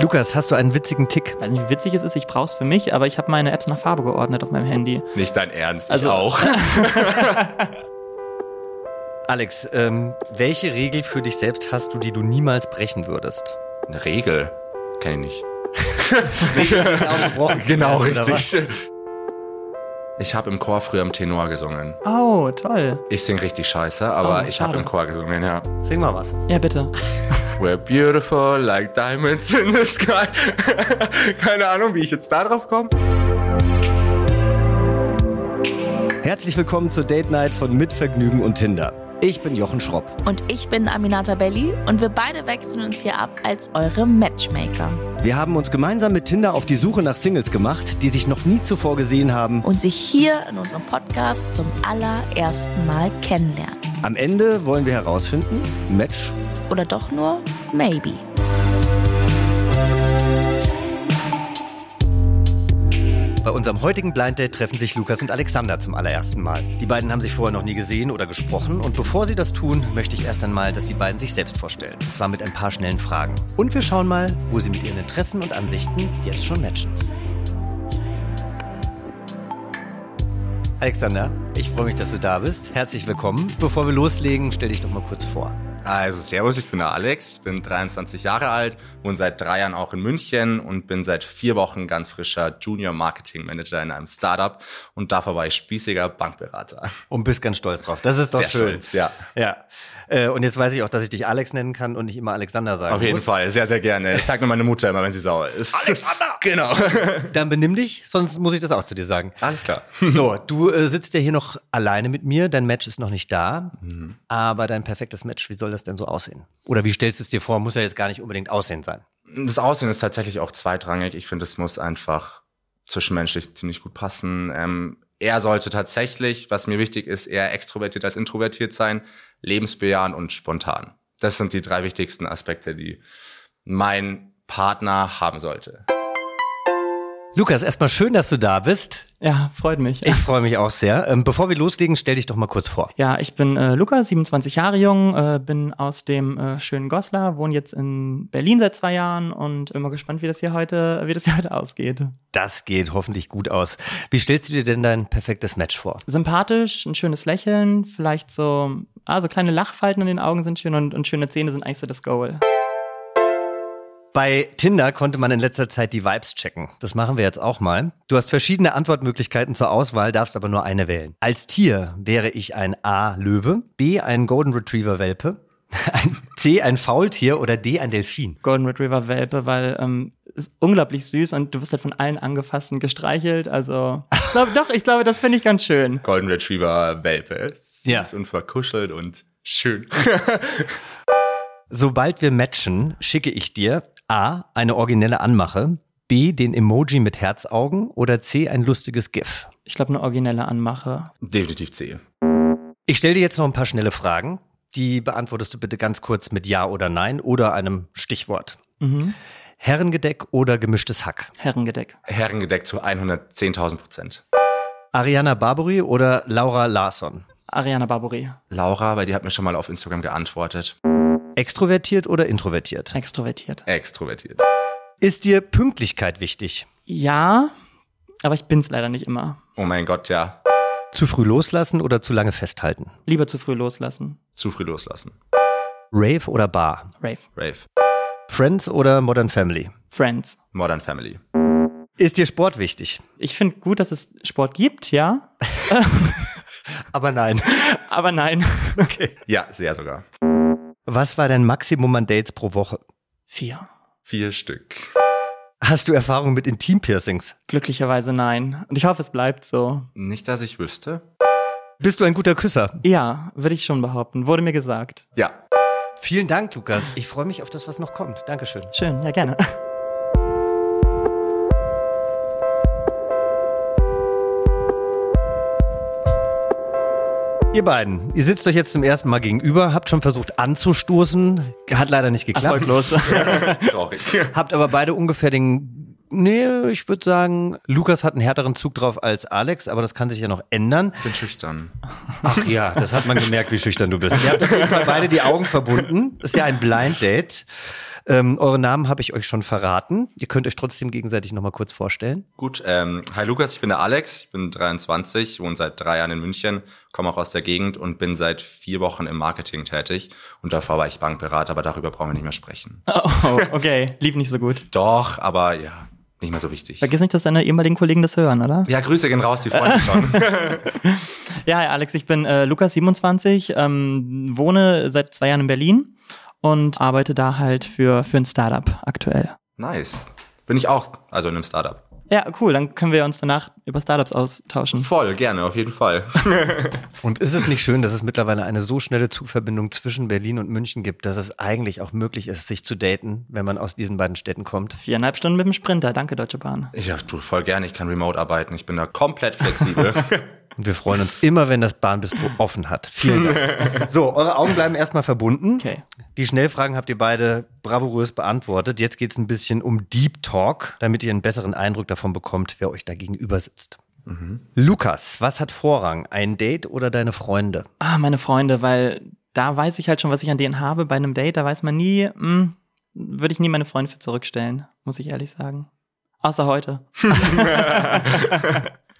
Lukas, hast du einen witzigen Tick? Also wie witzig es ist, ich brauch's für mich, aber ich habe meine Apps nach Farbe geordnet auf meinem Handy. Nicht dein Ernst, Also- ich auch. Alex, ähm, welche Regel für dich selbst hast du, die du niemals brechen würdest? Eine Regel kenne ich nicht. Gebrochen. Genau, Oder was? richtig. Ich habe im Chor früher im Tenor gesungen. Oh, toll. Ich sing richtig scheiße, aber Oh, ich habe schade. im Chor gesungen, ja. Sing mal was. Ja, bitte. We're beautiful like diamonds in the sky. Keine Ahnung, wie ich jetzt da drauf komme. Herzlich willkommen zur Date Night von Mitvergnügen und Tinder. Ich bin Jochen Schropp. Und ich bin Aminata Belli und wir beide wechseln uns hier ab als eure Matchmaker. Wir haben uns gemeinsam mit Tinder auf die Suche nach Singles gemacht, die sich noch nie zuvor gesehen haben. Und sich hier in unserem Podcast zum allerersten Mal kennenlernen. Am Ende wollen wir herausfinden, Match Oder doch nur maybe. Bei unserem heutigen Blind Date treffen sich Lukas und Alexander zum allerersten Mal. Die beiden haben sich vorher noch nie gesehen oder gesprochen und bevor sie das tun, möchte ich erst einmal, dass die beiden sich selbst vorstellen. Und zwar mit ein paar schnellen Fragen. Und wir schauen mal, wo sie mit ihren Interessen und Ansichten jetzt schon matchen. Alexander, ich freue mich, dass du da bist. Herzlich willkommen. Bevor wir loslegen, stell dich doch mal kurz vor. Also, servus, ich bin der Alex, ich bin 23 Jahre alt, wohne seit drei Jahren auch in München und bin seit vier Wochen ganz frischer Junior Marketing Manager in einem Startup und davor war ich spießiger Bankberater. Und bist ganz stolz drauf. Das ist doch Sehr schön. stolz, ja. Ja. Äh, und jetzt weiß ich auch, dass ich dich Alex nennen kann und nicht immer Alexander sagen Auf jeden muss. Fall, sehr, sehr gerne. Das sagt mir meine Mutter immer, wenn sie sauer ist. Alexander! Genau. Dann benimm dich, sonst muss ich das auch zu dir sagen. Alles klar. So, du äh, sitzt ja hier noch alleine mit mir, dein Match ist noch nicht da, aber dein perfektes Match, wie soll das denn so aussehen? Oder wie stellst du es dir vor? Muss ja jetzt gar nicht unbedingt aussehen sein. Das Aussehen ist tatsächlich auch zweitrangig. Ich finde, es muss einfach zwischenmenschlich ziemlich gut passen. Ähm, er sollte tatsächlich, was mir wichtig ist, eher extrovertiert als introvertiert sein, lebensbejahend und spontan. Das sind die drei wichtigsten Aspekte, die mein Partner haben sollte. Lukas, erstmal schön, dass du da bist. Ja, freut mich. Ich freue mich auch sehr. Ähm, bevor wir loslegen, stell dich doch mal kurz vor. Ja, ich bin äh, Luca, 27 Jahre jung, äh, bin aus dem äh, schönen Goslar, wohne jetzt in Berlin seit zwei Jahren und immer gespannt, wie das hier heute, wie das hier heute ausgeht. Das geht hoffentlich gut aus. Wie stellst du dir denn dein perfektes Match vor? Sympathisch, ein schönes Lächeln, vielleicht so, ah, so kleine Lachfalten in den Augen sind schön und, und schöne Zähne sind eigentlich so das Goal. Bei Tinder konnte man in letzter Zeit die Vibes checken. Das machen wir jetzt auch mal. Du hast verschiedene Antwortmöglichkeiten zur Auswahl, darfst aber nur eine wählen. Als Tier wäre ich ein A Löwe, B ein Golden Retriever Welpe, ein C ein Faultier oder D ein Delfin. Golden Retriever Welpe, weil ähm, ist unglaublich süß und du wirst halt von allen angefasst und gestreichelt. Also ich glaub, doch, ich glaube, das finde ich ganz schön. Golden Retriever Welpe. Ja. Süß und verkuschelt und schön. Sobald wir matchen, schicke ich dir A eine originelle Anmache, B den Emoji mit Herzaugen oder C ein lustiges GIF. Ich glaube, eine originelle Anmache. Definitiv C. Ich stelle dir jetzt noch ein paar schnelle Fragen. Die beantwortest du bitte ganz kurz mit Ja oder Nein oder einem Stichwort. Mhm. Herrengedeck oder gemischtes Hack? Herrengedeck. Herrengedeckt zu 110.000 Prozent. Ariana Barbary oder Laura Larsson? Ariana Barbouri. Laura, weil die hat mir schon mal auf Instagram geantwortet. Extrovertiert oder introvertiert? Extrovertiert. Extrovertiert. Ist dir Pünktlichkeit wichtig? Ja, aber ich bin's leider nicht immer. Oh mein Gott, ja. Zu früh loslassen oder zu lange festhalten? Lieber zu früh loslassen. Zu früh loslassen. Rave oder Bar? Rave. Rave. Friends oder Modern Family? Friends. Modern Family. Ist dir Sport wichtig? Ich finde gut, dass es Sport gibt, ja, Aber nein. aber nein. Ja, sehr sogar. Was war dein Maximum an Dates pro Woche? Vier. Vier Stück. Hast du Erfahrung mit Intimpiercings? Glücklicherweise nein. Und ich hoffe, es bleibt so. Nicht, dass ich wüsste. Bist du ein guter Küsser? Ja, würde ich schon behaupten. Wurde mir gesagt. Ja. Vielen Dank, Lukas. Ich freue mich auf das, was noch kommt. Dankeschön. Schön, ja, gerne. Ihr beiden, ihr sitzt euch jetzt zum ersten Mal gegenüber, habt schon versucht anzustoßen, hat leider nicht geklappt. Erfolglos. Traurig. Habt aber beide ungefähr den. Nee, ich würde sagen, Lukas hat einen härteren Zug drauf als Alex, aber das kann sich ja noch ändern. Bin schüchtern. Ach ja, das hat man gemerkt, wie schüchtern du bist. Ihr habt auf jeden Fall beide die Augen verbunden. Ist ja ein Blind Date. Ähm, eure Namen habe ich euch schon verraten. Ihr könnt euch trotzdem gegenseitig nochmal kurz vorstellen. Gut, ähm, hi Lukas, ich bin der Alex, ich bin 23, wohne seit drei Jahren in München, komme auch aus der Gegend und bin seit vier Wochen im Marketing tätig. Und davor war ich Bankberater, aber darüber brauchen wir nicht mehr sprechen. Oh, okay, lief nicht so gut. Doch, aber ja, nicht mehr so wichtig. Vergiss nicht, dass deine ehemaligen Kollegen das hören, oder? Ja, Grüße gehen raus, die freuen mich schon. Ja, hi Alex, ich bin äh, Lukas, 27, ähm, wohne seit zwei Jahren in Berlin und arbeite da halt für, für ein Startup aktuell. nice. Bin ich auch, also in einem Startup. Ja, cool, dann können wir uns danach über Startups austauschen. Voll, gerne, auf jeden Fall. Und ist es nicht schön, dass es mittlerweile eine so schnelle Zugverbindung zwischen Berlin und München gibt, dass es eigentlich auch möglich ist, sich zu daten, wenn man aus diesen beiden Städten kommt? Viereinhalb Stunden mit dem Sprinter, danke Deutsche Bahn. Ja, du, voll gerne, ich kann remote arbeiten, ich bin da komplett flexibel. Und wir freuen uns immer, wenn das Bahnbistro offen hat. Vielen Dank. So, eure Augen bleiben erstmal verbunden. Okay. Die Schnellfragen habt ihr beide bravourös beantwortet. Jetzt geht es ein bisschen um Deep Talk, damit ihr einen besseren Eindruck davon bekommt, wer euch da gegenüber sitzt. Lukas, was hat Vorrang? Ein Date oder deine Freunde? Ah, meine Freunde, weil da weiß ich halt schon, was ich an denen habe. Bei einem Date, da weiß man nie, hm, würde ich nie meine Freunde für zurückstellen, muss ich ehrlich sagen. Außer heute.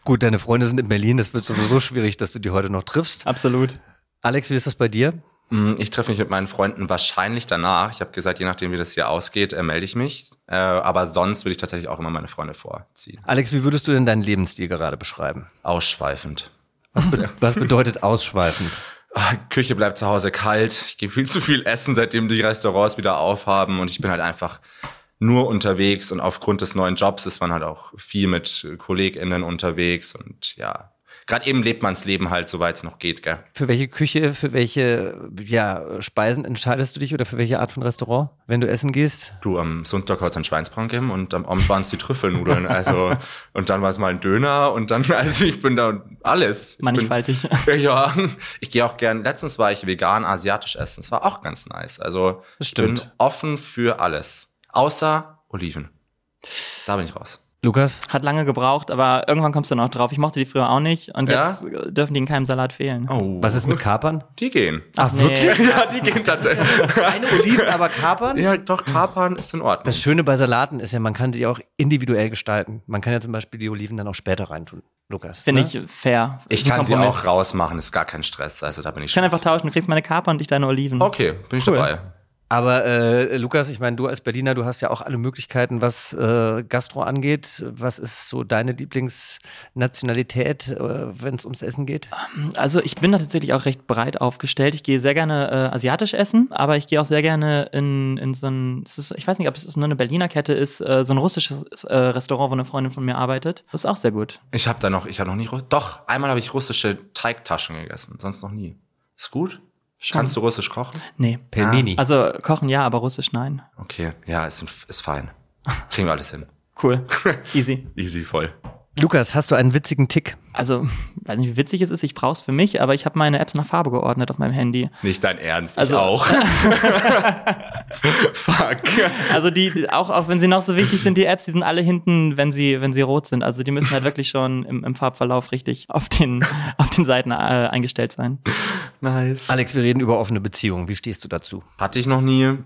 Gut, deine Freunde sind in Berlin. Das wird sowieso schwierig, dass du die heute noch triffst. Absolut. Alex, wie ist das bei dir? Mm, Ich treffe mich mit meinen Freunden wahrscheinlich danach. Ich habe gesagt, je nachdem, wie das hier ausgeht, äh, melde ich mich. Äh, aber sonst würde ich tatsächlich auch immer meine Freunde vorziehen. Alex, wie würdest du denn deinen Lebensstil gerade beschreiben? Ausschweifend. Was, be was bedeutet ausschweifend? Ah, Küche bleibt zu Hause kalt. Ich gehe viel zu viel essen, seitdem die Restaurants wieder aufhaben. Und ich bin halt einfach nur unterwegs. Und aufgrund des neuen Jobs ist man halt auch viel mit äh, KollegInnen unterwegs. Und ja, gerade eben lebt man's Leben halt, soweit es noch geht, gell? Für welche Küche, für welche ja, Speisen entscheidest du dich oder für welche Art von Restaurant, wenn du essen gehst? Du, am Sonntag hat's einen Schweinsbraten gegeben und am Abend waren's die Trüffelnudeln. Also, und dann war's mal ein Döner und dann, also ich bin da alles. Ich Mannigfaltig. Bin, ja, ich gehe auch gern. Letztens war ich vegan asiatisch essen. Das war auch ganz nice. Also, Das ich bin stimmt. offen für alles. Außer Oliven. Da bin ich raus. Lukas? Hat lange gebraucht, aber irgendwann kommst du dann auch drauf. Ich mochte die früher auch nicht und Ja? jetzt äh, dürfen die in keinem Salat fehlen. Oh. Was ist mit Kapern? Die gehen. Ach, Nee. Ja, die gehen tatsächlich. Keine Oliven, aber Kapern? Ja, doch, Kapern ist in Ordnung. Das Schöne bei Salaten ist ja, man kann sie auch individuell gestalten. Man kann ja zum Beispiel die Oliven dann auch später reintun, Lukas. Finde ne? ich fair. ich Ist ein kann sie Kompromiss. auch rausmachen, ist gar kein Stress. Also, da bin ich Ich kann einfach tauschen, du kriegst meine Kaper und ich deine Oliven. Okay, bin ich Cool. dabei. Aber äh, Lukas, ich meine, du als Berliner, du hast ja auch alle Möglichkeiten, was äh, Gastro angeht. Was ist so deine Lieblingsnationalität, äh, wenn es ums Essen geht? Also ich bin da tatsächlich auch recht breit aufgestellt. Ich gehe sehr gerne äh, asiatisch essen, aber ich gehe auch sehr gerne in, in so ein, es ist, ich weiß nicht, ob es nur eine Berliner Kette ist, äh, so ein russisches äh, Restaurant, wo eine Freundin von mir arbeitet. Das ist auch sehr gut. Ich habe da noch, ich habe noch nie, Ru- doch, einmal habe ich russische Teigtaschen gegessen, sonst noch nie. Ist gut? Schon. Kannst du russisch kochen? Nee. Pelmeni. Also kochen ja, aber russisch nein. Okay, ja, ist, ist fein. Kriegen wir alles hin. Cool. Easy. Easy voll. Lukas, hast du einen witzigen Tick? Also, weiß nicht, wie witzig es ist, ich brauch's für mich, aber ich habe meine Apps nach Farbe geordnet auf meinem Handy. Nicht dein Ernst, Also- ich auch. Fuck. Also die, auch, auch wenn sie noch so wichtig sind, die Apps, die sind alle hinten, wenn sie, wenn sie rot sind. Also die müssen halt wirklich schon im, im Farbverlauf richtig auf den, auf den Seiten äh, eingestellt sein. Nice. Alex, wir reden über offene Beziehungen. Wie stehst du dazu? Hatte ich noch nie.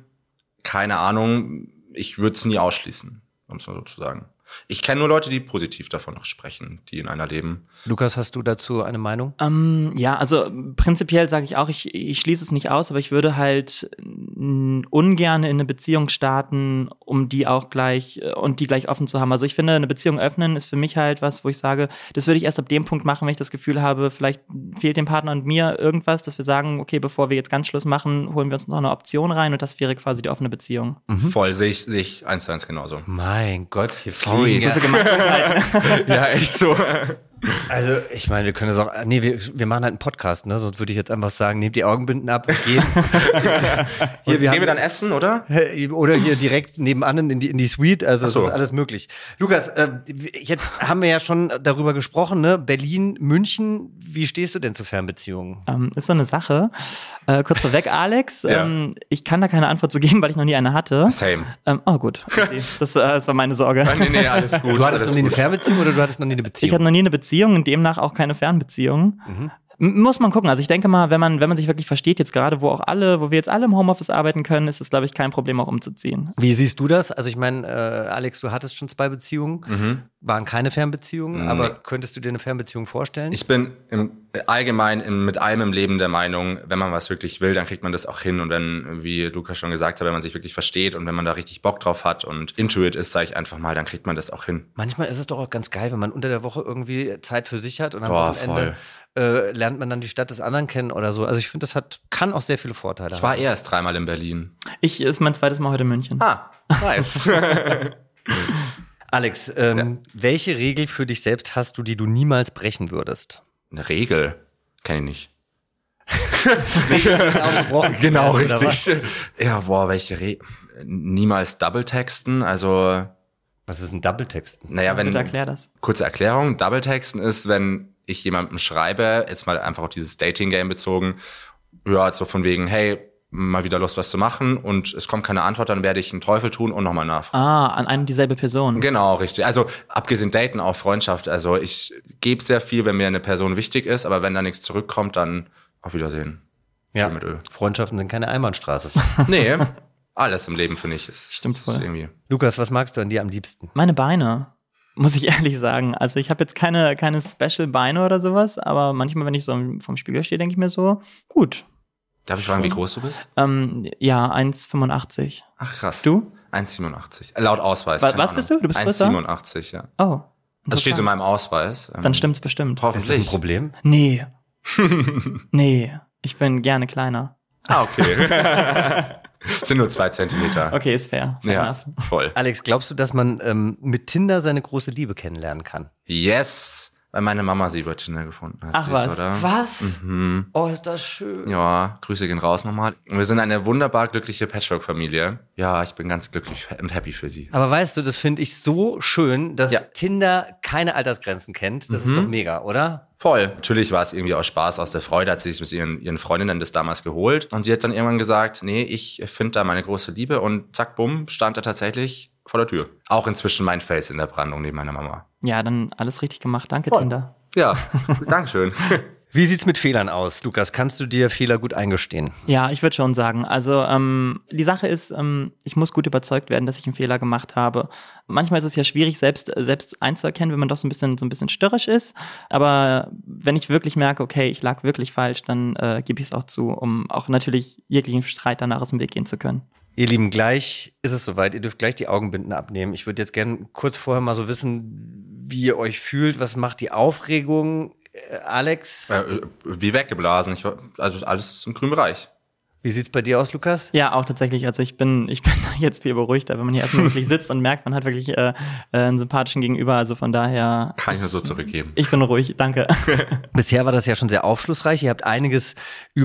Keine Ahnung. Ich würde es nie ausschließen, um es mal so zu sagen. Ich kenne nur Leute, die positiv davon noch sprechen, die in einer leben. Lukas, hast du dazu eine Meinung? Ähm, ja, also prinzipiell sage ich auch, ich, ich schließe es nicht aus, aber ich würde halt mm, ungern in eine Beziehung starten, um die auch gleich äh, und die gleich offen zu haben. Also ich finde, eine Beziehung öffnen ist für mich halt was, wo ich sage, das würde ich erst ab dem Punkt machen, wenn ich das Gefühl habe, vielleicht fehlt dem Partner und mir irgendwas, dass wir sagen, okay, bevor wir jetzt ganz Schluss machen, holen wir uns noch eine Option rein und das wäre quasi die offene Beziehung. Mhm. Voll, sehe ich, sehe ich eins zu eins genauso. Mein Gott, hier Sorry. fliegen ja- ja, echt so. Also, ich meine, wir können es auch. Nee, wir, wir machen halt einen Podcast, ne? Sonst würde ich jetzt einfach sagen, nehmt die Augenbinden ab und geht. hier, wir Gehen wir haben, dann essen, oder? Hä, oder hier direkt nebenan in die, in die Suite. Also, Ach so. es ist alles möglich. Lukas, äh, jetzt haben wir ja schon darüber gesprochen, ne? Berlin, München. Wie stehst du denn zu Fernbeziehungen? Ähm, ist so eine Sache. Äh, kurz vorweg, Alex, Ja. ähm, ich kann da keine Antwort zu geben, weil ich noch nie eine hatte. Same. Äh, Ähm, oh gut, das, äh, das war meine Sorge. Nee, nee, alles gut. Du hattest alles noch nie eine gut. Fernbeziehung oder du hattest noch nie eine Ich hatte Beziehung? Mhm. noch nie eine Beziehung und demnach auch keine Fernbeziehung. M- Muss man gucken. Also ich denke mal, wenn man, wenn man sich wirklich versteht, jetzt gerade, wo auch alle, wo wir jetzt alle im Homeoffice arbeiten können, ist es, glaube ich, kein Problem, auch umzuziehen. Wie siehst du das? Also ich meine, äh, Alex, du hattest schon zwei Beziehungen, waren keine Fernbeziehungen, Mhm. Nee. aber könntest du dir eine Fernbeziehung vorstellen? Ich bin im, allgemein in, mit allem im Leben der Meinung, wenn man was wirklich will, dann kriegt man das auch hin. Und wenn, wie Lukas schon gesagt hat, wenn man sich wirklich versteht und wenn man da richtig Bock drauf hat und intuit ist, sage ich einfach mal, dann kriegt man das auch hin. Manchmal ist es doch auch ganz geil, wenn man unter der Woche irgendwie Zeit für sich hat und am Boah, Wochenende äh, lernt man dann die Stadt des anderen kennen oder so. Also ich finde, das hat, kann auch sehr viele Vorteile Ich war erst dreimal in Berlin. Ich ist mein zweites Mal heute in München. Ah, nice. haben. Alex, ähm, welche Regel für dich selbst hast du, die du niemals brechen würdest? Eine Regel. Kenne ich nicht. genau, Genau, richtig. Ja, boah, welche Re Niemals Double-Texten. Also, Was ist ein Double-Texten? naja, wenn. Bitte erklär das. Kurze Erklärung. Double-Texten ist, wenn ich jemandem schreibe, jetzt mal einfach auf dieses Dating-Game bezogen, ja, so von wegen, hey, mal wieder Lust, was zu machen und es kommt keine Antwort, dann werde ich einen Teufel tun und nochmal nachfragen. Ah, an eine und dieselbe Person. Genau, richtig. Also abgesehen Daten auch Freundschaft. Also ich gebe sehr viel, wenn mir eine Person wichtig ist, aber wenn da nichts zurückkommt, dann auf Wiedersehen. Ja, Tschö mit Öl. Freundschaften sind keine Einbahnstraße. Nee, alles im Leben, finde ich, ist, Stimmt ist voll. irgendwie. Lukas, was magst du an dir am liebsten? Meine Beine, muss ich ehrlich sagen. Also ich habe jetzt keine, keine Special-Beine oder sowas, aber manchmal, wenn ich so im- vorm Spiegel stehe, denke ich mir so, gut. Darf ich fragen, wie groß du bist? Ähm, ja, 1,85. Ach krass. Du? 1,87. Laut Ausweis. Wa- keine was Ahnung. bist du? Du bist größer? 1,87, ja. Oh. Das steht so interessant. in meinem Ausweis. Ähm, Dann stimmt's bestimmt. Ist Hoffentlich. das ein Problem? Nee. nee. Ich bin gerne kleiner. Ah, okay. Sind nur zwei Zentimeter. Okay, ist fair. fair Ja, enough. voll. Alex, glaubst du, dass man ähm, mit Tinder seine große Liebe kennenlernen kann? Yes, weil meine Mama sie über Tinder gefunden hat. Ach Siehst du, was. Oder? Was? Oh, ist das schön. Mhm. Ja, Grüße gehen raus nochmal. Und Wir sind eine wunderbar glückliche Patchwork-Familie. Ja, ich bin ganz glücklich und happy für sie. Aber weißt du, das finde ich so schön, dass Ja. Mhm. Tinder keine Altersgrenzen kennt. Das ist doch mega, oder? Voll. Natürlich war es irgendwie aus Spaß, aus der Freude, hat sie sich mit ihren, ihren Freundinnen das damals geholt. Und sie hat dann irgendwann gesagt, nee, ich finde da meine große Liebe. Und zack, bumm, stand er tatsächlich vor der Tür. Auch inzwischen mein Face in der Brandung neben meiner Mama. Ja, dann alles richtig gemacht. Danke, Tinder. Ja, Dankeschön. Wie sieht's mit Fehlern aus, Lukas? Kannst du dir Fehler gut eingestehen? Ja, ich würde schon sagen. Also ähm, die Sache ist, ähm, ich muss gut überzeugt werden, dass ich einen Fehler gemacht habe. Manchmal ist es ja schwierig, selbst äh, selbst einzuerkennen, wenn man doch so ein bisschen so ein bisschen störrisch ist. Aber wenn ich wirklich merke, okay, ich lag wirklich falsch, dann äh, gebe ich es auch zu, um auch natürlich jeglichen Streit danach aus dem Weg gehen zu können. Ihr Lieben, gleich ist es soweit. Ihr dürft gleich die Augenbinden abnehmen. Ich würde jetzt gerne kurz vorher mal so wissen, wie ihr euch fühlt. Was macht die Aufregung? Äh, Alex, äh, wie weggeblasen. Ich war, also alles im grünen Bereich. wie sieht's bei dir aus, Lukas? Ja, auch tatsächlich. Also ich bin, ich bin jetzt viel beruhigter, wenn man hier erstmal wirklich sitzt und merkt, man hat wirklich äh, äh, einen sympathischen Gegenüber. Also von daher, Kann ich nur so zurückgeben. ich bin ruhig, danke. Bisher war das ja schon sehr aufschlussreich. Ihr habt einiges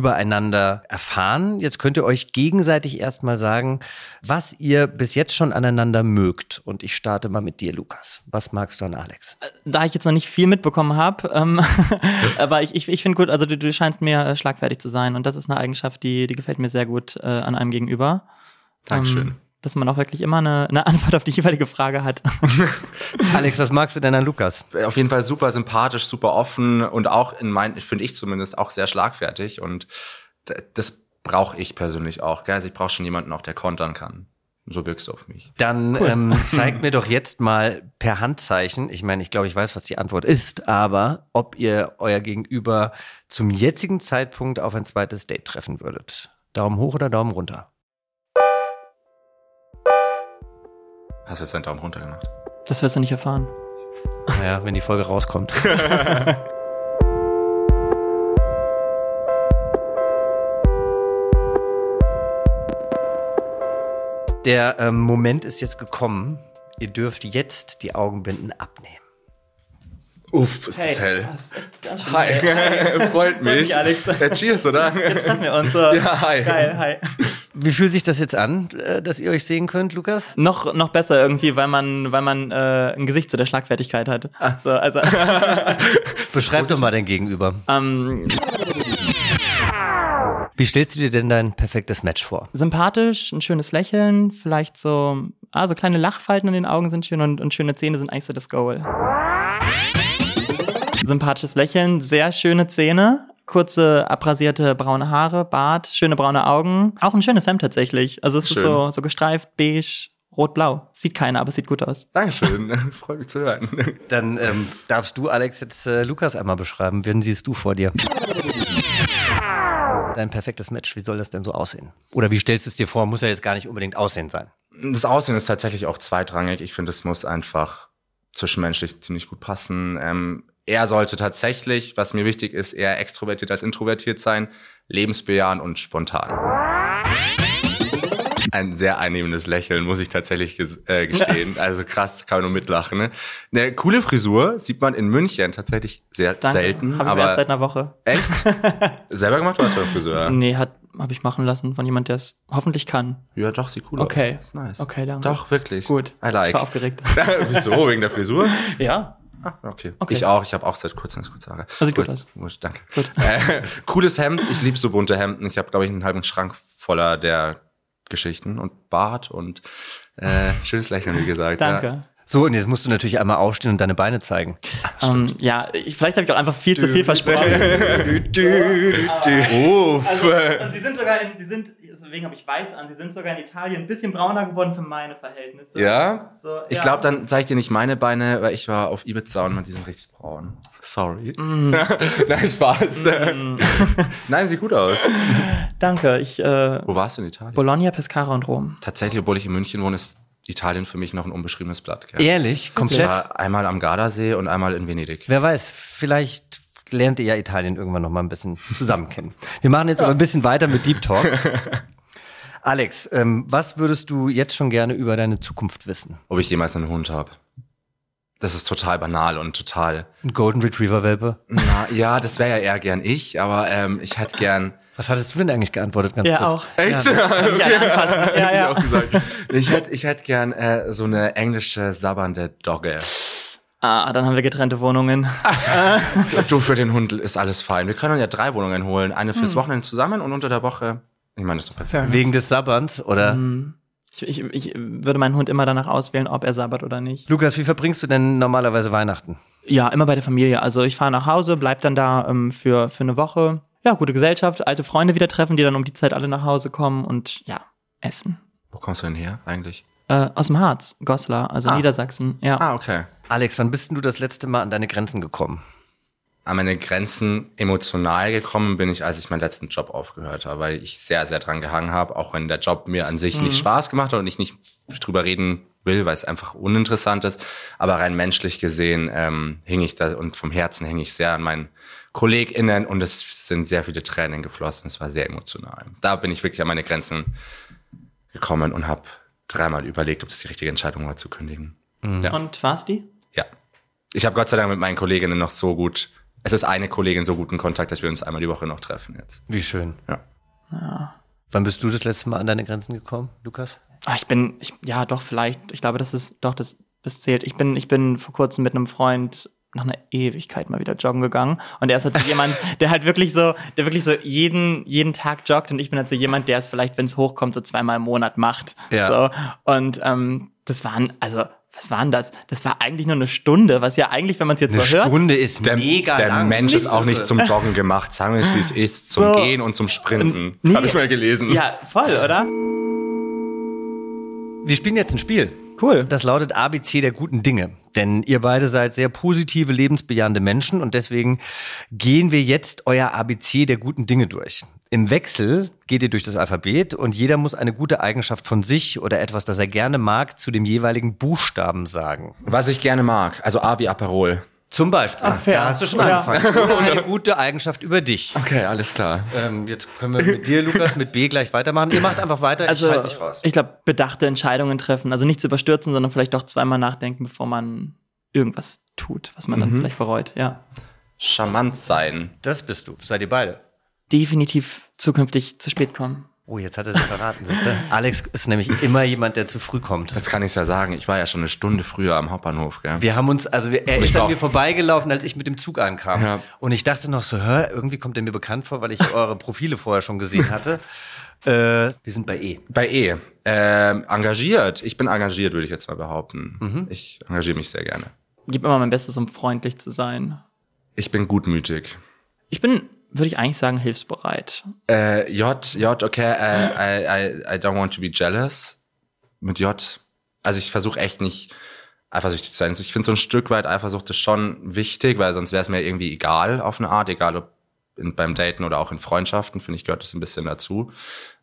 übereinander erfahren. Jetzt könnt ihr euch gegenseitig erstmal sagen, was ihr bis jetzt schon aneinander mögt. Und ich starte mal mit dir, Lukas. Was magst du an Alex? Da ich jetzt noch nicht viel mitbekommen habe, ähm, aber ich, ich, ich finde gut, also du, du scheinst mir äh, schlagfertig zu sein und das ist eine Eigenschaft, die, die gefällt mir sehr gut äh, an einem gegenüber. Dankeschön. Ähm, dass man auch wirklich immer eine, eine Antwort auf die jeweilige Frage hat. Alex, was magst du denn an Lukas? Auf jeden Fall super sympathisch, super offen und auch in meinen, finde ich zumindest, auch sehr schlagfertig. Und d- das brauche ich persönlich auch. Gell? Also ich brauche schon jemanden auch, der kontern kann. So wirkst du auf mich. Dann ähm, zeigt mir doch jetzt mal per Handzeichen, ich meine, ich glaube, ich weiß, was die Antwort ist, aber ob ihr euer Gegenüber zum jetzigen Zeitpunkt auf ein zweites Date treffen würdet. Daumen hoch oder Daumen runter? Hast du jetzt deinen Daumen runter gemacht? Das wirst du nicht erfahren. Naja, wenn die Folge rauskommt. Der ähm, Moment ist jetzt gekommen. Ihr dürft jetzt die Augenbinden abnehmen. Uff, ist das hell. Hi, freut mich. mich, Alex. Ja, cheers, oder? Treffen wir uns. äh, Ja, hi. Geil, hi. Wie fühlt sich das jetzt an, äh, dass ihr euch sehen könnt, Lukas? Noch, noch besser irgendwie, weil man, weil man äh, ein Gesicht zu der Schlagfertigkeit hat. Ah. So, also, Beschreib doch mal dein Gegenüber. ähm, Wie stellst du dir denn dein perfektes Match vor? sympathisch, ein schönes Lächeln, vielleicht so, ah, so kleine Lachfalten in den Augen sind schön und, und schöne Zähne sind eigentlich so das Goal. Sympathisches Lächeln, sehr schöne Zähne, kurze, abrasierte braune Haare, Bart, schöne braune Augen. Auch ein schönes Hemd tatsächlich. Also es ist Schön. so, so gestreift, beige, rot-blau. Sieht keiner, aber sieht gut aus. Dankeschön, freut mich zu hören. Dann ähm, darfst du, Alex, jetzt äh, Lukas einmal beschreiben. Wen siehst du vor dir? Dein perfektes Match, wie soll das denn so aussehen? Oder wie stellst du es dir vor? Muss ja jetzt gar nicht unbedingt aussehen sein. Das Aussehen ist tatsächlich auch zweitrangig. Ich finde, es muss einfach zwischenmenschlich ziemlich gut passen. Ähm, er sollte tatsächlich, was mir wichtig ist, eher extrovertiert als introvertiert sein, lebensbejahend und spontan. Ein sehr einnehmendes Lächeln, muss ich tatsächlich ges- äh, gestehen. Also krass, kann man nur mitlachen. Ne? Eine coole Frisur sieht man in München tatsächlich sehr Danke. selten. Habe ich aber erst seit einer Woche. echt? Selber gemacht oder hast du beim Friseur? Nee, hat habe ich machen lassen von jemand, der es hoffentlich kann. Ja, doch, sieht cool Okay. aus. Ist nice. Okay, danke. Doch, wirklich. Gut. I like. Ich war aufgeregt. Wieso? Wegen der Frisur? ja. Ah, okay. Okay. Ich auch. Ich habe auch seit kurzem ganz kurze Haare. Ah, sieht gut Kurz- aus. Gut, danke. Äh, cooles Hemd. Ich liebe so bunte Hemden. Ich habe, glaube ich, einen halben Schrank voller der Geschichten und Bart und äh, schönes Lächeln, wie gesagt. Danke. Ja. So, und jetzt musst du natürlich einmal aufstehen und deine Beine zeigen. Ähm, ja, ich, vielleicht habe ich auch einfach viel zu viel versprochen. Oh, Also, sie sind sogar in, sie sind, deswegen habe ich weiß an, sie sind sogar in Italien ein bisschen brauner geworden für meine Verhältnisse. ja. So, ja. Ich glaube, dann zeige ich dir nicht meine Beine, weil ich war auf Ibiza und man, die sind richtig braun. Sorry. Nein, Spaß. Nein, sieht gut aus. Danke, ich, äh, Wo warst du in Italien? Bologna, Pescara und Rom. Tatsächlich, obwohl ich in München wohne, ist Italien für mich noch ein unbeschriebenes Blatt. Gell? Ehrlich? Komplett? Ich war einmal am Gardasee und einmal in Venedig. Wer weiß, vielleicht lernt ihr ja Italien irgendwann noch mal ein bisschen zusammen kennen. Wir machen jetzt aber ein bisschen weiter mit Deep Talk. Alex, ähm, was würdest du jetzt schon gerne über deine Zukunft wissen? Ob ich jemals einen Hund habe. Das ist total banal und total. Ein Golden Retriever Welpe? Na, ja, das wäre ja eher gern ich, aber ähm, ich hätte gern. Was hattest du denn eigentlich geantwortet? Ganz Ja, kurz? auch. Echt? Ja, ja, ja. Ich, auch gesagt. ich hätte ich hätt gern äh, so eine englische sabbernde Dogge. Ah, dann haben wir getrennte Wohnungen. Du, für den Hund ist alles fein. Wir können ja drei Wohnungen holen. Eine fürs Wochenende zusammen und unter der Woche. Ich meine, das ist doch perfekt. Wegen des Sabberns oder? hm, Ich, ich, ich würde meinen Hund immer danach auswählen, ob er sabbert oder nicht. Lukas, wie verbringst du denn normalerweise Weihnachten? Ja, immer bei der Familie. Also ich fahre nach Hause, bleib dann da ähm, für, für eine Woche. Ja, gute Gesellschaft, alte Freunde wieder treffen, die dann um die Zeit alle nach Hause kommen und ja, essen. Wo kommst du denn her eigentlich? Äh, aus dem Harz, Goslar, also Ah. Niedersachsen. Ja. Ah, okay. Alex, wann bist denn du das letzte Mal an deine Grenzen gekommen? an meine Grenzen emotional gekommen bin ich, als ich meinen letzten Job aufgehört habe, weil ich sehr, sehr dran gehangen habe, auch wenn der Job mir an sich nicht Spaß gemacht hat und ich nicht drüber reden will, weil es einfach uninteressant ist. Aber rein menschlich gesehen ähm, hing ich da und vom Herzen hing ich sehr an meinen KollegInnen und es sind sehr viele Tränen geflossen. Es war sehr emotional. Da bin ich wirklich an meine Grenzen gekommen und habe dreimal überlegt, ob es die richtige Entscheidung war, zu kündigen. Ja. Und war's die? Ja. Ich habe Gott sei Dank mit meinen Kolleginnen noch so gut, es ist eine Kollegin so guten Kontakt, dass wir uns einmal die Woche noch treffen jetzt. Wie schön. Ja. Wann bist du das letzte Mal an deine Grenzen gekommen, Lukas? Ah, ich bin, ich, ja, doch, vielleicht. Ich glaube, das ist, doch, das, das zählt. Ich bin, ich bin vor kurzem mit einem Freund nach einer Ewigkeit mal wieder joggen gegangen. Und er ist halt so jemand, der halt wirklich so, der wirklich so jeden, jeden Tag joggt. Und ich bin halt so jemand, der es vielleicht, wenn es hochkommt, so zweimal im Monat macht. Ja. So. Und ähm, das waren, also, was waren das? Das war eigentlich nur eine Stunde, was ja eigentlich, wenn man es jetzt so hört. ist Der, der Mensch ist auch nicht zum Joggen gemacht, sagen wir es wie es ist, zum So. Gehen und zum Sprinten. Nee. Habe ich mal gelesen. Ja, voll, oder? Wir spielen jetzt ein Spiel. Cool. Das lautet ABC der guten Dinge. Denn ihr beide seid sehr positive, lebensbejahende Menschen und deswegen gehen wir jetzt euer ABC der guten Dinge durch. Im Wechsel geht ihr durch das Alphabet und jeder muss eine gute Eigenschaft von sich oder etwas, das er gerne mag, zu dem jeweiligen Buchstaben sagen. Was ich gerne mag, also A wie Aperol. Zum Beispiel. fair. Da hast du schon Ja. angefangen. Oder eine gute Eigenschaft über dich. Okay, alles klar. Ähm, jetzt können wir mit dir, Lukas, mit B gleich weitermachen. Ihr macht einfach weiter, Also, ich halt halte mich raus. ich glaube, bedachte Entscheidungen treffen. Also nichts überstürzen, sondern vielleicht doch zweimal nachdenken, bevor man irgendwas tut, was man Mhm. dann vielleicht bereut. Ja. Charmant sein. Das bist du. Seid ihr beide. Definitiv zukünftig zu spät kommen. Oh, jetzt hat er sich verraten, siehst du? Alex ist nämlich immer jemand, der zu früh kommt. Das kann ich ja sagen. Ich war ja schon eine Stunde früher am Hauptbahnhof, gell? Wir haben uns, also wir, er Ich ist auch. an mir vorbeigelaufen, als ich mit dem Zug ankam. Ja. Und ich dachte noch so, hä, irgendwie kommt er mir bekannt vor, weil ich eure Profile vorher schon gesehen hatte. äh, wir sind bei E. Bei E. Ähm, engagiert. Ich bin engagiert, würde ich jetzt mal behaupten. Ich engagiere mich sehr gerne. Gib immer mein Bestes, um freundlich zu sein. Ich bin gutmütig. Ich bin würde ich eigentlich sagen, hilfsbereit. Äh, J, J, okay, äh, I, I, I don't want to be jealous. Mit J. Also ich versuche echt nicht eifersüchtig zu sein. Also Ich finde so ein Stück weit Eifersucht ist schon wichtig, weil sonst wäre es mir irgendwie egal auf eine Art, egal ob in, beim Daten oder auch in Freundschaften, finde ich, gehört das ein bisschen dazu.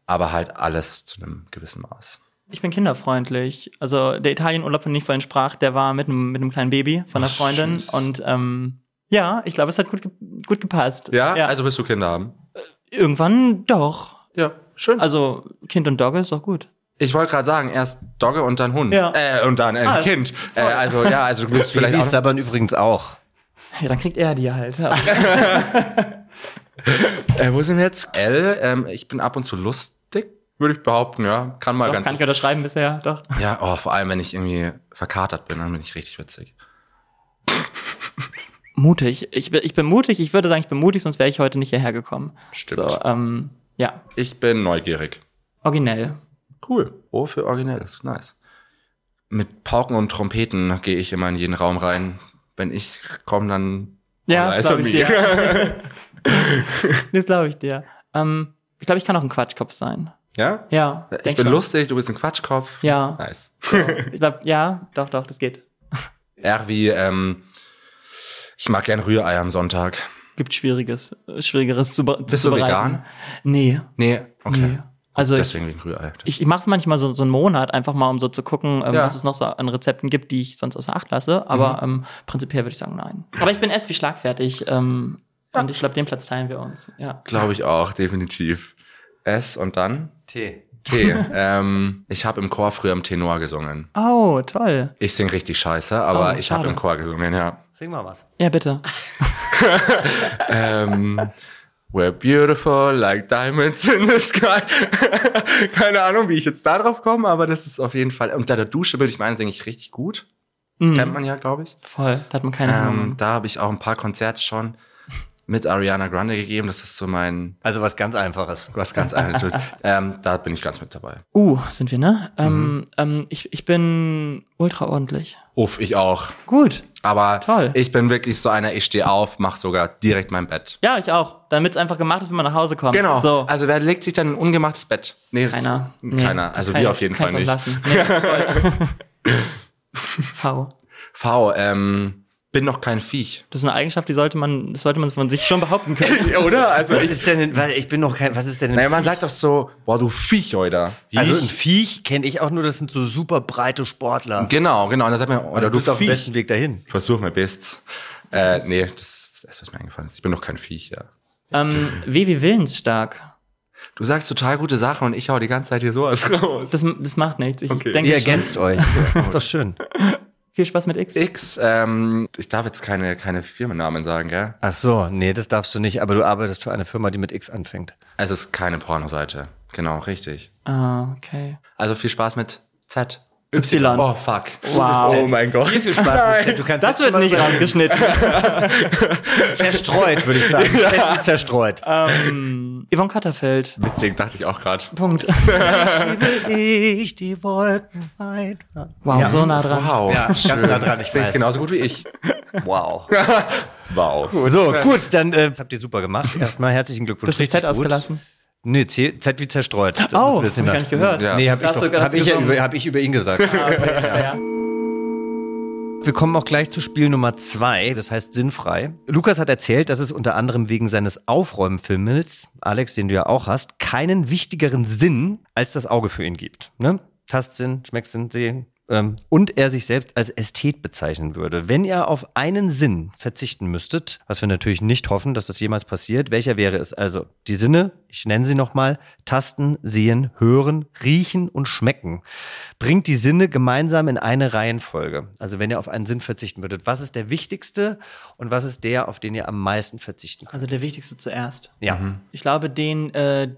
Aber halt alles zu einem gewissen Maß. Ich bin kinderfreundlich. Also der Italienurlaub, von dem ich vorhin sprach, der war mit einem, mit einem kleinen Baby von einer Freundin. süß. und ähm, ja, ich glaube, es hat gut, ge- gut gepasst. Ja? also willst du Kinder haben? Irgendwann doch. Ja, schön. Also Kind und Dogge ist doch gut. ich wollte gerade sagen, erst Dogge und dann Hund. Ja. Äh, und dann äh, Ah, Kind. Äh, also ja, also du willst vielleicht Babys auch noch, E sabbern übrigens auch. Ja, dann kriegt er die halt. äh, Wo sind wir jetzt? L, ähm, ich bin ab und zu lustig, würde ich behaupten, ja. Kann mal doch, ganz kann ich unterschreiben bisher, doch. Ja, oh, vor allem, wenn ich irgendwie verkatert bin, dann bin ich richtig witzig. Mutig. Ich, bin- ich bin mutig. Ich würde sagen, ich bin mutig, sonst wäre ich heute nicht hierher gekommen. Stimmt. So, ähm, ja, Ich bin neugierig. originell. Cool. Oh, für originell. Das ist nice. Mit Pauken und Trompeten gehe ich immer in jeden Raum rein. Wenn ich komme, dann. Ja, Oder das ist glaube ich er dir. das glaube ich dir. Ähm, ich glaube, ich kann auch ein Quatschkopf sein. Ja? Ja, ich denk bin schon. lustig, du bist ein Quatschkopf. Ja, Nice. ich glaube, ja, doch, doch, das geht. R wie, ähm, ich mag gern Rührei am Sonntag. Gibt Schwieriges, äh, Schwierigeres zu, be- zu Bist du bereiten. vegan? Nee, Nee, okay. nee. Also ich, Deswegen wegen Rührei. ich, ich mache es manchmal so, so einen Monat, einfach mal, um so zu gucken, ähm, Ja. Mhm. was es noch so an Rezepten gibt, die ich sonst außer Acht lasse. Aber ähm, prinzipiell würde ich sagen, nein. Aber ich bin erst wie schlagfertig. Ähm, Und ich glaube, den Platz teilen wir uns. Ja. Glaube ich auch, definitiv. S und dann T. T. ähm, ich habe im Chor früher im Tenor gesungen. Oh, toll. Ich sing richtig scheiße, aber Oh, ich habe schade. im Chor gesungen, ja. Sing mal was. Ja, bitte. Ähm, We're beautiful like diamonds in the sky. Keine Ahnung, wie ich jetzt da drauf komme, aber das ist auf jeden Fall. Unter der Dusche will ich meinen, singe ich richtig gut. Mhm. Kennt man ja, glaube ich. Voll, da hat man keine Ähm, Ahnung. da habe ich auch ein paar Konzerte schon mit Ariana Grande gegeben. Das ist so mein, Also was ganz Einfaches. was ganz eindeutig. ähm, da bin ich ganz mit dabei. Uh, sind wir, ne? Ähm, Mhm. ähm, ich, ich bin ultra ordentlich. Uff, ich auch. Gut. Aber Toll. ich bin wirklich so einer, ich stehe auf, mache sogar direkt mein Bett. Ja, ich auch. Damit es einfach gemacht ist, wenn man nach Hause kommt. Genau. So. Also wer legt sich dann ein ungemachtes Bett? Nee, das- keiner. Keiner. Also wir auf jeden Fall nicht. Lassen. Nee, voll. V. V, ähm, bin noch kein Viech. Das ist eine Eigenschaft, die sollte man, das sollte man von sich schon behaupten können. Oder? Also Was ist denn, was- ich bin noch kein, was ist denn ein Naja, man sagt doch so, boah, du Viech, oder? Also ein Viech kenne ich auch nur, das sind so super breite Sportler. genau, genau. Und dann sagt man, oder Du du bist auf dem Viech. besten Weg dahin. Versuch mein Bestes. Äh, nee, das ist das, Erste, was mir eingefallen ist. Ich bin noch kein Viech, ja. ähm, W wie willensstark. Du sagst total gute Sachen und ich hau die ganze Zeit hier sowas raus. Das, das macht nichts. Ich Okay. denke Ihr schon. ergänzt euch. ist doch schön. Viel Spaß mit X. X, ähm, ich darf jetzt keine, keine Firmennamen sagen, gell? Ach so, nee, das darfst du nicht, aber du arbeitest für eine Firma, die mit X anfängt. Es ist keine Pornoseite. Genau, richtig. Ah, okay. Also viel Spaß mit Z. Y. Oh, fuck. Wow. Oh mein Gott. Viel Spaß mit Z. Du kannst Das jetzt schon wird mal nicht überlegen. rausgeschnitten. zerstreut, würde ich sagen. Fest Zerstreut. ähm, Yvonne Katterfeld. Witzig, dachte ich auch gerade. Punkt. Ich die Wolken weiter. Wow, so nah dran. Wow. Ja, ganz schön. nah dran, ich Singst weiß. genauso gut wie ich. Wow. Wow. So, gut, dann äh, das habt ihr super gemacht. Erstmal herzlichen Glückwunsch. Bist du Richtig Fett gut. ausgelassen? Nee, Z, Z wie zerstreut. Das Oh, müssen wir jetzt hab ich nicht mehr- gar nicht gehört. Ja. Nee, hab ich, Hast du- doch, hast hab du ich, ja gesungen? Ah, über, hab ich über ihn gesagt. Ja. Wir kommen auch gleich zu Spiel Nummer zwei, das heißt sinnfrei. Lukas hat erzählt, dass es unter anderem wegen seines Aufräumfilmels, Alex, den du ja auch hast, keinen wichtigeren Sinn als das Auge für ihn gibt. Ne? Tastsinn, Schmecksinn, Sehen. Ähm, und er sich selbst als Ästhet bezeichnen würde. Wenn ihr auf einen Sinn verzichten müsstet, was wir natürlich nicht hoffen, dass das jemals passiert, welcher wäre es? Also die Sinne, ich nenne sie nochmal, tasten, sehen, hören, riechen und schmecken. Bringt die Sinne gemeinsam in eine Reihenfolge. Also wenn ihr auf einen Sinn verzichten würdet, was ist der wichtigste und was ist der, auf den ihr am meisten verzichten könnt? Also der wichtigste zuerst. Ja. Ich glaube, den, äh,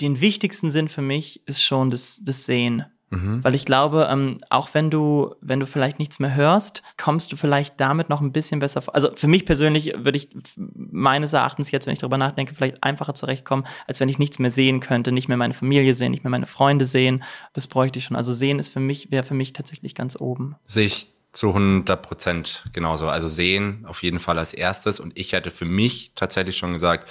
den wichtigsten Sinn für mich ist schon das, das Sehen. Mhm. Weil ich glaube, ähm, auch wenn du, wenn du vielleicht nichts mehr hörst, kommst du vielleicht damit noch ein bisschen besser. vor- Also für mich persönlich würde ich f- meines Erachtens jetzt, wenn ich darüber nachdenke, vielleicht einfacher zurechtkommen, als wenn ich nichts mehr sehen könnte, nicht mehr meine Familie sehen, nicht mehr meine Freunde sehen. Das bräuchte ich schon. Also sehen ist für mich, wäre für mich tatsächlich ganz oben. Sehe ich zu 100 Prozent genauso. Also sehen auf jeden Fall als erstes. Und ich hätte für mich tatsächlich schon gesagt,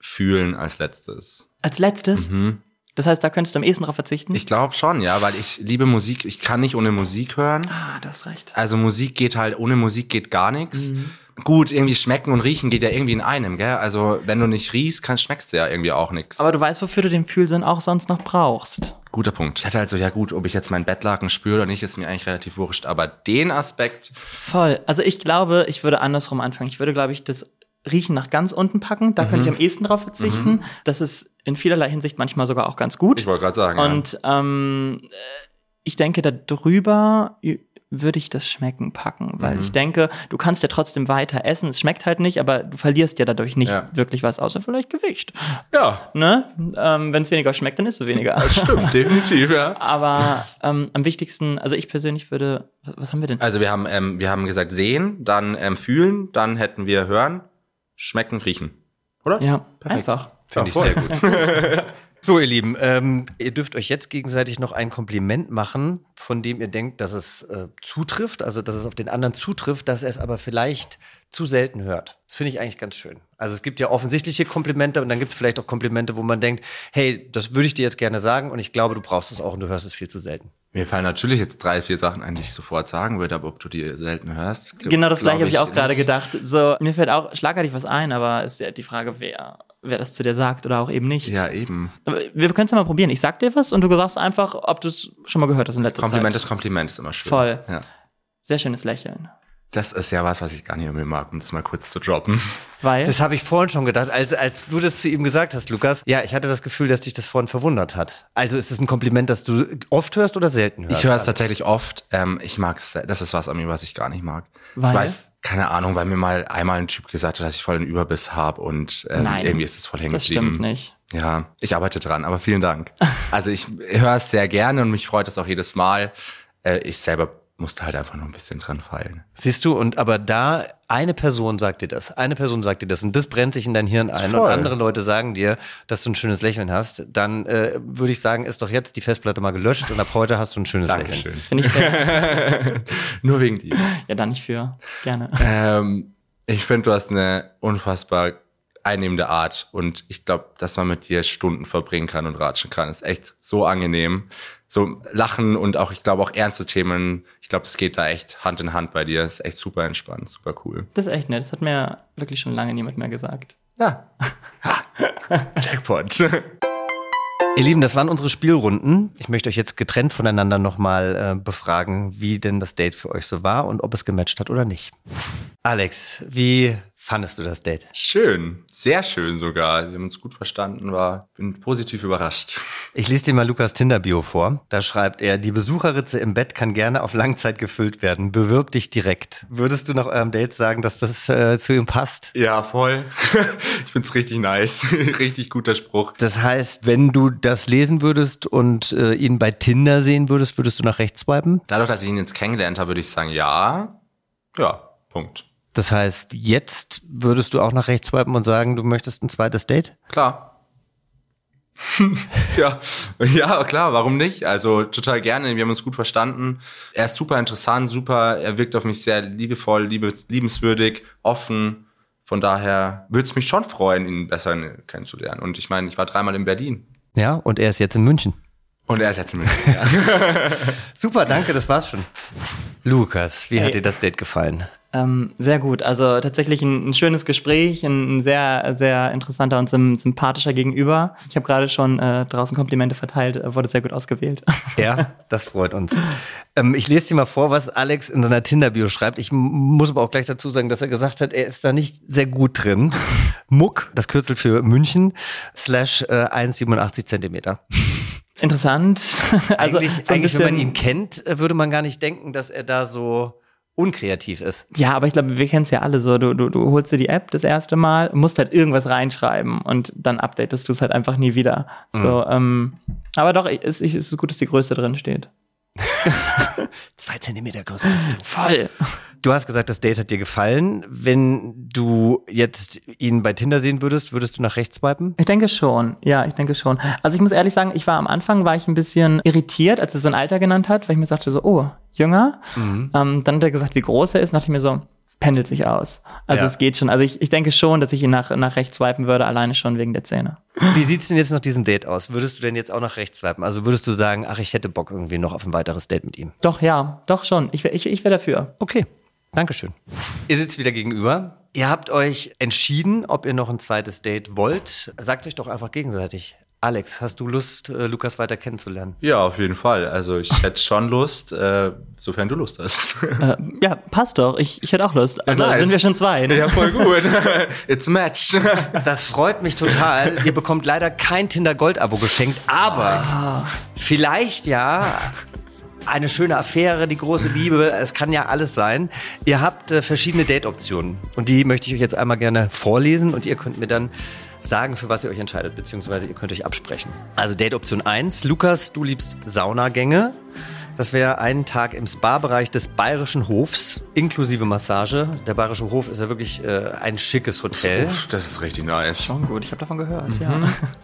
fühlen als letztes. Als letztes? Mhm. Das heißt, da könntest du am ehesten drauf verzichten? Ich glaube schon, ja, weil ich liebe Musik. Ich kann nicht ohne Musik hören. ah, das reicht. Also Musik geht halt, ohne Musik geht gar nichts. Mhm. Gut, irgendwie schmecken und riechen geht ja irgendwie in einem, gell? Also wenn du nicht riechst, kannst, schmeckst du ja irgendwie auch nichts. Aber du weißt, wofür du den Fühlsinn auch sonst noch brauchst. Guter Punkt. Ich hatte halt so, ja gut, ob ich jetzt meinen Bettlaken spüre oder nicht, ist mir eigentlich relativ wurscht. Aber den Aspekt, Voll. Also ich glaube, ich würde andersrum anfangen. Ich würde, glaube ich, das Riechen nach ganz unten packen. Da könnte ich Mhm. am ehesten drauf verzichten. Das ist in vielerlei Hinsicht manchmal sogar auch ganz gut. ich wollte gerade sagen, ja. Und ähm, äh, ich denke, darüber ü- würde ich das Schmecken packen, Mhm. weil ich denke, du kannst ja trotzdem weiter essen. Es schmeckt halt nicht, aber du verlierst ja dadurch nicht Ja. wirklich was, außer vielleicht Gewicht. ja, Ne? Ähm, Wenn es weniger schmeckt, dann isst du weniger. stimmt, definitiv, ja. aber ähm, am wichtigsten, also ich persönlich würde, was, was haben wir denn? Also wir haben, ähm, wir haben gesagt sehen, dann ähm, fühlen, dann hätten wir hören, schmecken, riechen, oder? ja, Äh, perfekt. einfach. Finde ich sehr gut. So, ihr Lieben, ähm, ihr dürft euch jetzt gegenseitig noch ein Kompliment machen, von dem ihr denkt, dass es äh, zutrifft, also dass es auf den anderen zutrifft, dass er es aber vielleicht zu selten hört. Das finde ich eigentlich ganz schön. Also es gibt ja offensichtliche Komplimente und dann gibt es vielleicht auch Komplimente, wo man denkt, hey, das würde ich dir jetzt gerne sagen und ich glaube, du brauchst es auch und du hörst es viel zu selten. Mir fallen natürlich jetzt drei, vier Sachen ein, die ich sofort sagen würde, aber ob du die selten hörst. glaub- Genau das glaub gleiche habe ich auch gerade nicht. gedacht. So, mir fällt auch schlagartig was ein, aber ist ja die Frage, wer, wer das zu dir sagt oder auch eben nicht. Ja, eben. Aber wir können es ja mal probieren. Ich sag dir was und du sagst einfach, ob du es schon mal gehört hast in letzter Kompliment Zeit. ist Kompliment, ist immer schön. Voll. Ja. Sehr schönes Lächeln. Das ist ja was, was ich gar nicht mehr mag, um das mal kurz zu droppen. Weil, Das habe ich vorhin schon gedacht, als, als du das zu ihm gesagt hast, Lukas. Ja, ich hatte das Gefühl, dass dich das vorhin verwundert hat. Also ist es ein Kompliment, das du oft hörst oder selten hörst? Ich höre es tatsächlich oft. Ähm, ich mag's. das ist was an mir, was ich gar nicht mag. Weil? Ich weiß, keine Ahnung, weil mir mal einmal ein Typ gesagt hat, dass ich voll einen Überbiss habe und ähm, Nein. irgendwie ist es voll hängen das geblieben. stimmt nicht. Ja, ich arbeite dran, aber vielen Dank. Also ich höre es sehr gerne und mich freut es auch jedes Mal. Äh, ich selber musste halt einfach nur ein bisschen dran feilen. Siehst du, und aber da eine Person sagt dir das, eine Person sagt dir das und das brennt sich in dein Hirn ein und Voll. andere Leute sagen dir, dass du ein schönes Lächeln hast, dann äh, würde ich sagen, ist doch jetzt die Festplatte mal gelöscht und ab heute hast du ein schönes Lächeln. Dankeschön. Finde ich fair. Nur wegen dir. ja, dann nicht für. Gerne. Ähm, ich finde, du hast eine unfassbar einnehmende Art und ich glaube, dass man mit dir Stunden verbringen kann und ratschen kann, ist echt so angenehm. So Lachen und auch, ich glaube, auch ernste Themen. Ich glaube, es geht da echt Hand in Hand bei dir. Ist echt super entspannt, super cool. Das ist echt nett. Das hat mir wirklich schon lange niemand mehr gesagt. Ja. Jackpot. Ihr Lieben, das waren unsere Spielrunden. Ich möchte euch jetzt getrennt voneinander nochmal äh, befragen, wie denn das Date für euch so war und ob es gematcht hat oder nicht. Alex, wie fandest du das Date? Schön. Sehr schön sogar. Wir haben uns gut verstanden, war, bin positiv überrascht. Ich lese dir mal Lukas Tinder-Bio vor. Da schreibt er, die Besucherritze im Bett kann gerne auf Langzeit gefüllt werden. Bewirb dich direkt. Würdest du nach eurem Date sagen, dass das äh, zu ihm passt? Ja, voll. ich find's richtig nice. richtig guter Spruch. Das heißt, wenn du das lesen würdest und äh, ihn bei Tinder sehen würdest, würdest du nach rechts swipen? Dadurch, dass ich ihn jetzt kennengelernt habe, würde ich sagen, ja. Ja, Punkt. Das heißt, jetzt würdest du auch nach rechts swipen und sagen, du möchtest ein zweites Date? Klar. ja. ja, klar, warum nicht? Also total gerne, wir haben uns gut verstanden. Er ist super interessant, super, er wirkt auf mich sehr liebevoll, liebe, liebenswürdig, offen. Von daher würde es mich schon freuen, ihn besser kennenzulernen. Und ich meine, ich war dreimal in Berlin. Ja, und er ist jetzt in München. Und er ist jetzt in München. ja. Super, danke, das war's schon. Lukas, wie Hey. hat dir das Date gefallen? Ähm, sehr gut. Also tatsächlich ein, ein schönes Gespräch, ein, ein sehr, sehr interessanter und sym sympathischer Gegenüber. Ich habe gerade schon äh, draußen Komplimente verteilt, äh, wurde sehr gut ausgewählt. Ja, das freut uns. Ähm, ich lese dir mal vor, was Alex in seiner Tinder-Bio schreibt. Ich m- muss aber auch gleich dazu sagen, dass er gesagt hat, er ist da nicht sehr gut drin. Muck, das Kürzel für München, slash äh, 1,87 Zentimeter. Interessant. Also, eigentlich, so ein eigentlich wenn man bisschen- ihn kennt, äh, würde man gar nicht denken, dass er da so unkreativ ist. Ja, aber ich glaube, wir kennen es ja alle so. Du, du, du holst dir die App das erste Mal, musst halt irgendwas reinschreiben und dann updatest du es halt einfach nie wieder. Mhm. So, ähm, aber doch, es ist, ist gut, dass die Größe drin steht. Zwei Zentimeter größer als du. Voll. Du hast gesagt, das Date hat dir gefallen. Wenn du jetzt ihn bei Tinder sehen würdest, würdest du nach rechts swipen? Ich denke schon. Ja, ich denke schon. Also ich muss ehrlich sagen, ich war am Anfang war ich ein bisschen irritiert, Mhm. als er sein Alter genannt hat, weil ich mir sagte so, oh, jünger. Ähm, dann hat er gesagt, wie groß er ist, und dachte ich mir so, es pendelt sich aus. Also Ja. es geht schon. Also ich, ich denke schon, dass ich ihn nach, nach rechts swipen würde, alleine schon wegen der Zähne. Wie sieht's denn jetzt nach diesem Date aus? Würdest du denn jetzt auch nach rechts swipen? Also würdest du sagen, ach, ich hätte Bock irgendwie noch auf ein weiteres Date mit ihm? Doch, ja, doch schon. Ich, wär- ich, ich wäre dafür. Okay, Dankeschön. Ihr sitzt wieder gegenüber. Ihr habt euch entschieden, ob ihr noch ein zweites Date wollt. Sagt euch doch einfach gegenseitig. Alex, hast du Lust, äh, Lukas weiter kennenzulernen? Ja, auf jeden Fall. Also ich hätte schon Lust, äh, sofern du Lust hast. Äh, ja, passt doch. Ich, ich hätte auch Lust. Also nice. sind wir schon zwei. Ne? ja, voll gut. It's a match. Das freut mich total. ihr bekommt leider kein Tinder-Gold-Abo geschenkt, aber vielleicht ja eine schöne Affäre, die große Liebe. Es kann ja alles sein. Ihr habt äh, verschiedene Date-Optionen und die möchte ich euch jetzt einmal gerne vorlesen und ihr könnt mir dann sagen, für was ihr euch entscheidet, beziehungsweise ihr könnt euch absprechen. Also Date-Option 1. Lukas, du liebst Saunagänge. Das wäre ein Tag im Spa-Bereich des Bayerischen Hofs, inklusive Massage. Der Bayerische Hof ist ja wirklich äh, ein schickes Hotel. Das ist richtig nice. Schon gut, ich habe davon gehört, ja.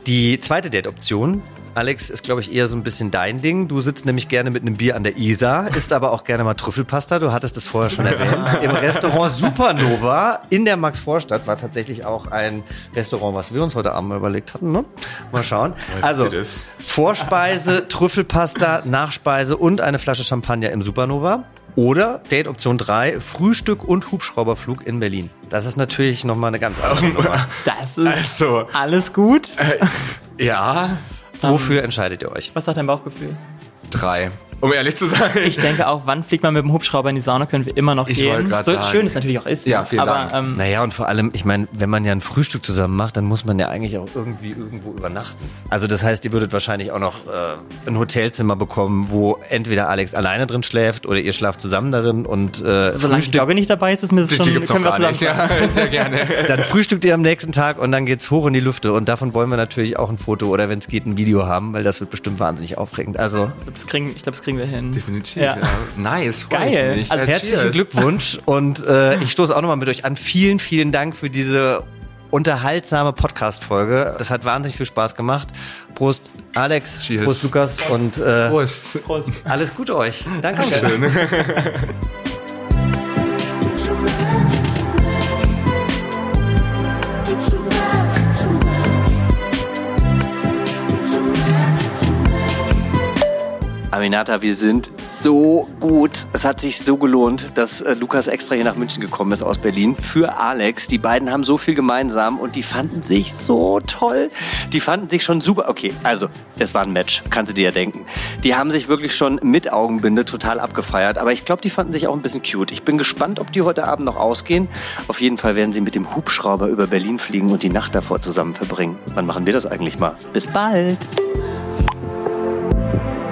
Die zweite Date-Option, Alex, ist, glaube ich, eher so ein bisschen dein Ding. Du sitzt nämlich gerne mit einem Bier an der Isar, isst aber auch gerne mal Trüffelpasta. Du hattest es vorher schon erwähnt. Im Restaurant Supernova in der Max-Vorstadt war tatsächlich auch ein Restaurant, was wir uns heute Abend mal überlegt hatten. Ne? Mal schauen. Also, sieht es. Vorspeise, Trüffelpasta, Nachspeise und eine Flasche Champagner im Supernova. Oder Date Option 3, Frühstück und Hubschrauberflug in Berlin. Das ist natürlich nochmal eine ganz andere Nummer. Das ist Also, äh, alles gut. ja, Wofür entscheidet ihr euch? Was sagt dein Bauchgefühl? drei. Um ehrlich zu sein. Ich denke auch, wann fliegt man mit dem Hubschrauber in die Sauna, können wir immer noch Ich wollte gehen. grad so sagen. schön es natürlich auch ist. Ja, vielen aber, Dank. Ähm, Naja, und vor allem, ich meine, wenn man ja ein Frühstück zusammen macht, dann muss man ja eigentlich auch irgendwie irgendwo übernachten. Also das heißt, ihr würdet wahrscheinlich auch noch äh, ein Hotelzimmer bekommen, wo entweder Alex alleine drin schläft oder ihr schlaft zusammen darin und äh, solange frühstückt- Jogge nicht dabei ist, ist mir das die schon, gibt's noch können wir gar zusammen. nicht. Ja, sehr gerne. dann frühstückt ihr am nächsten Tag und dann geht's hoch in die Lüfte. Und davon wollen wir natürlich auch ein Foto oder wenn es geht, ein Video haben, weil das wird bestimmt wahnsinnig aufregend. Also Ich glaube, das, kriegen- ich glaub, das kriegen wir hin. Definitiv. Ja. Ja. Nice. freu Geil. Ich mich. Also Ja, herzlichen cheers. Glückwunsch und äh, ich stoße auch nochmal mit euch an. Vielen, vielen Dank für diese unterhaltsame Podcast-Folge. Das hat wahnsinnig viel Spaß gemacht. Prost Alex, Cheers. Prost Lukas und äh, Prost. Prost. alles Gute euch. Dankeschön. Aminata, wir sind so gut. Es hat sich so gelohnt, dass äh, Lukas extra hier nach München gekommen ist aus Berlin für Alex. Die beiden haben so viel gemeinsam und die fanden sich so toll. Die fanden sich schon super. Okay, also es war ein Match, kannst du dir ja denken. Die haben sich wirklich schon mit Augenbinde total abgefeiert, aber ich glaube, die fanden sich auch ein bisschen cute. Ich bin gespannt, ob die heute Abend noch ausgehen. Auf jeden Fall werden sie mit dem Hubschrauber über Berlin fliegen und die Nacht davor zusammen verbringen. Wann machen wir das eigentlich mal? Bis bald.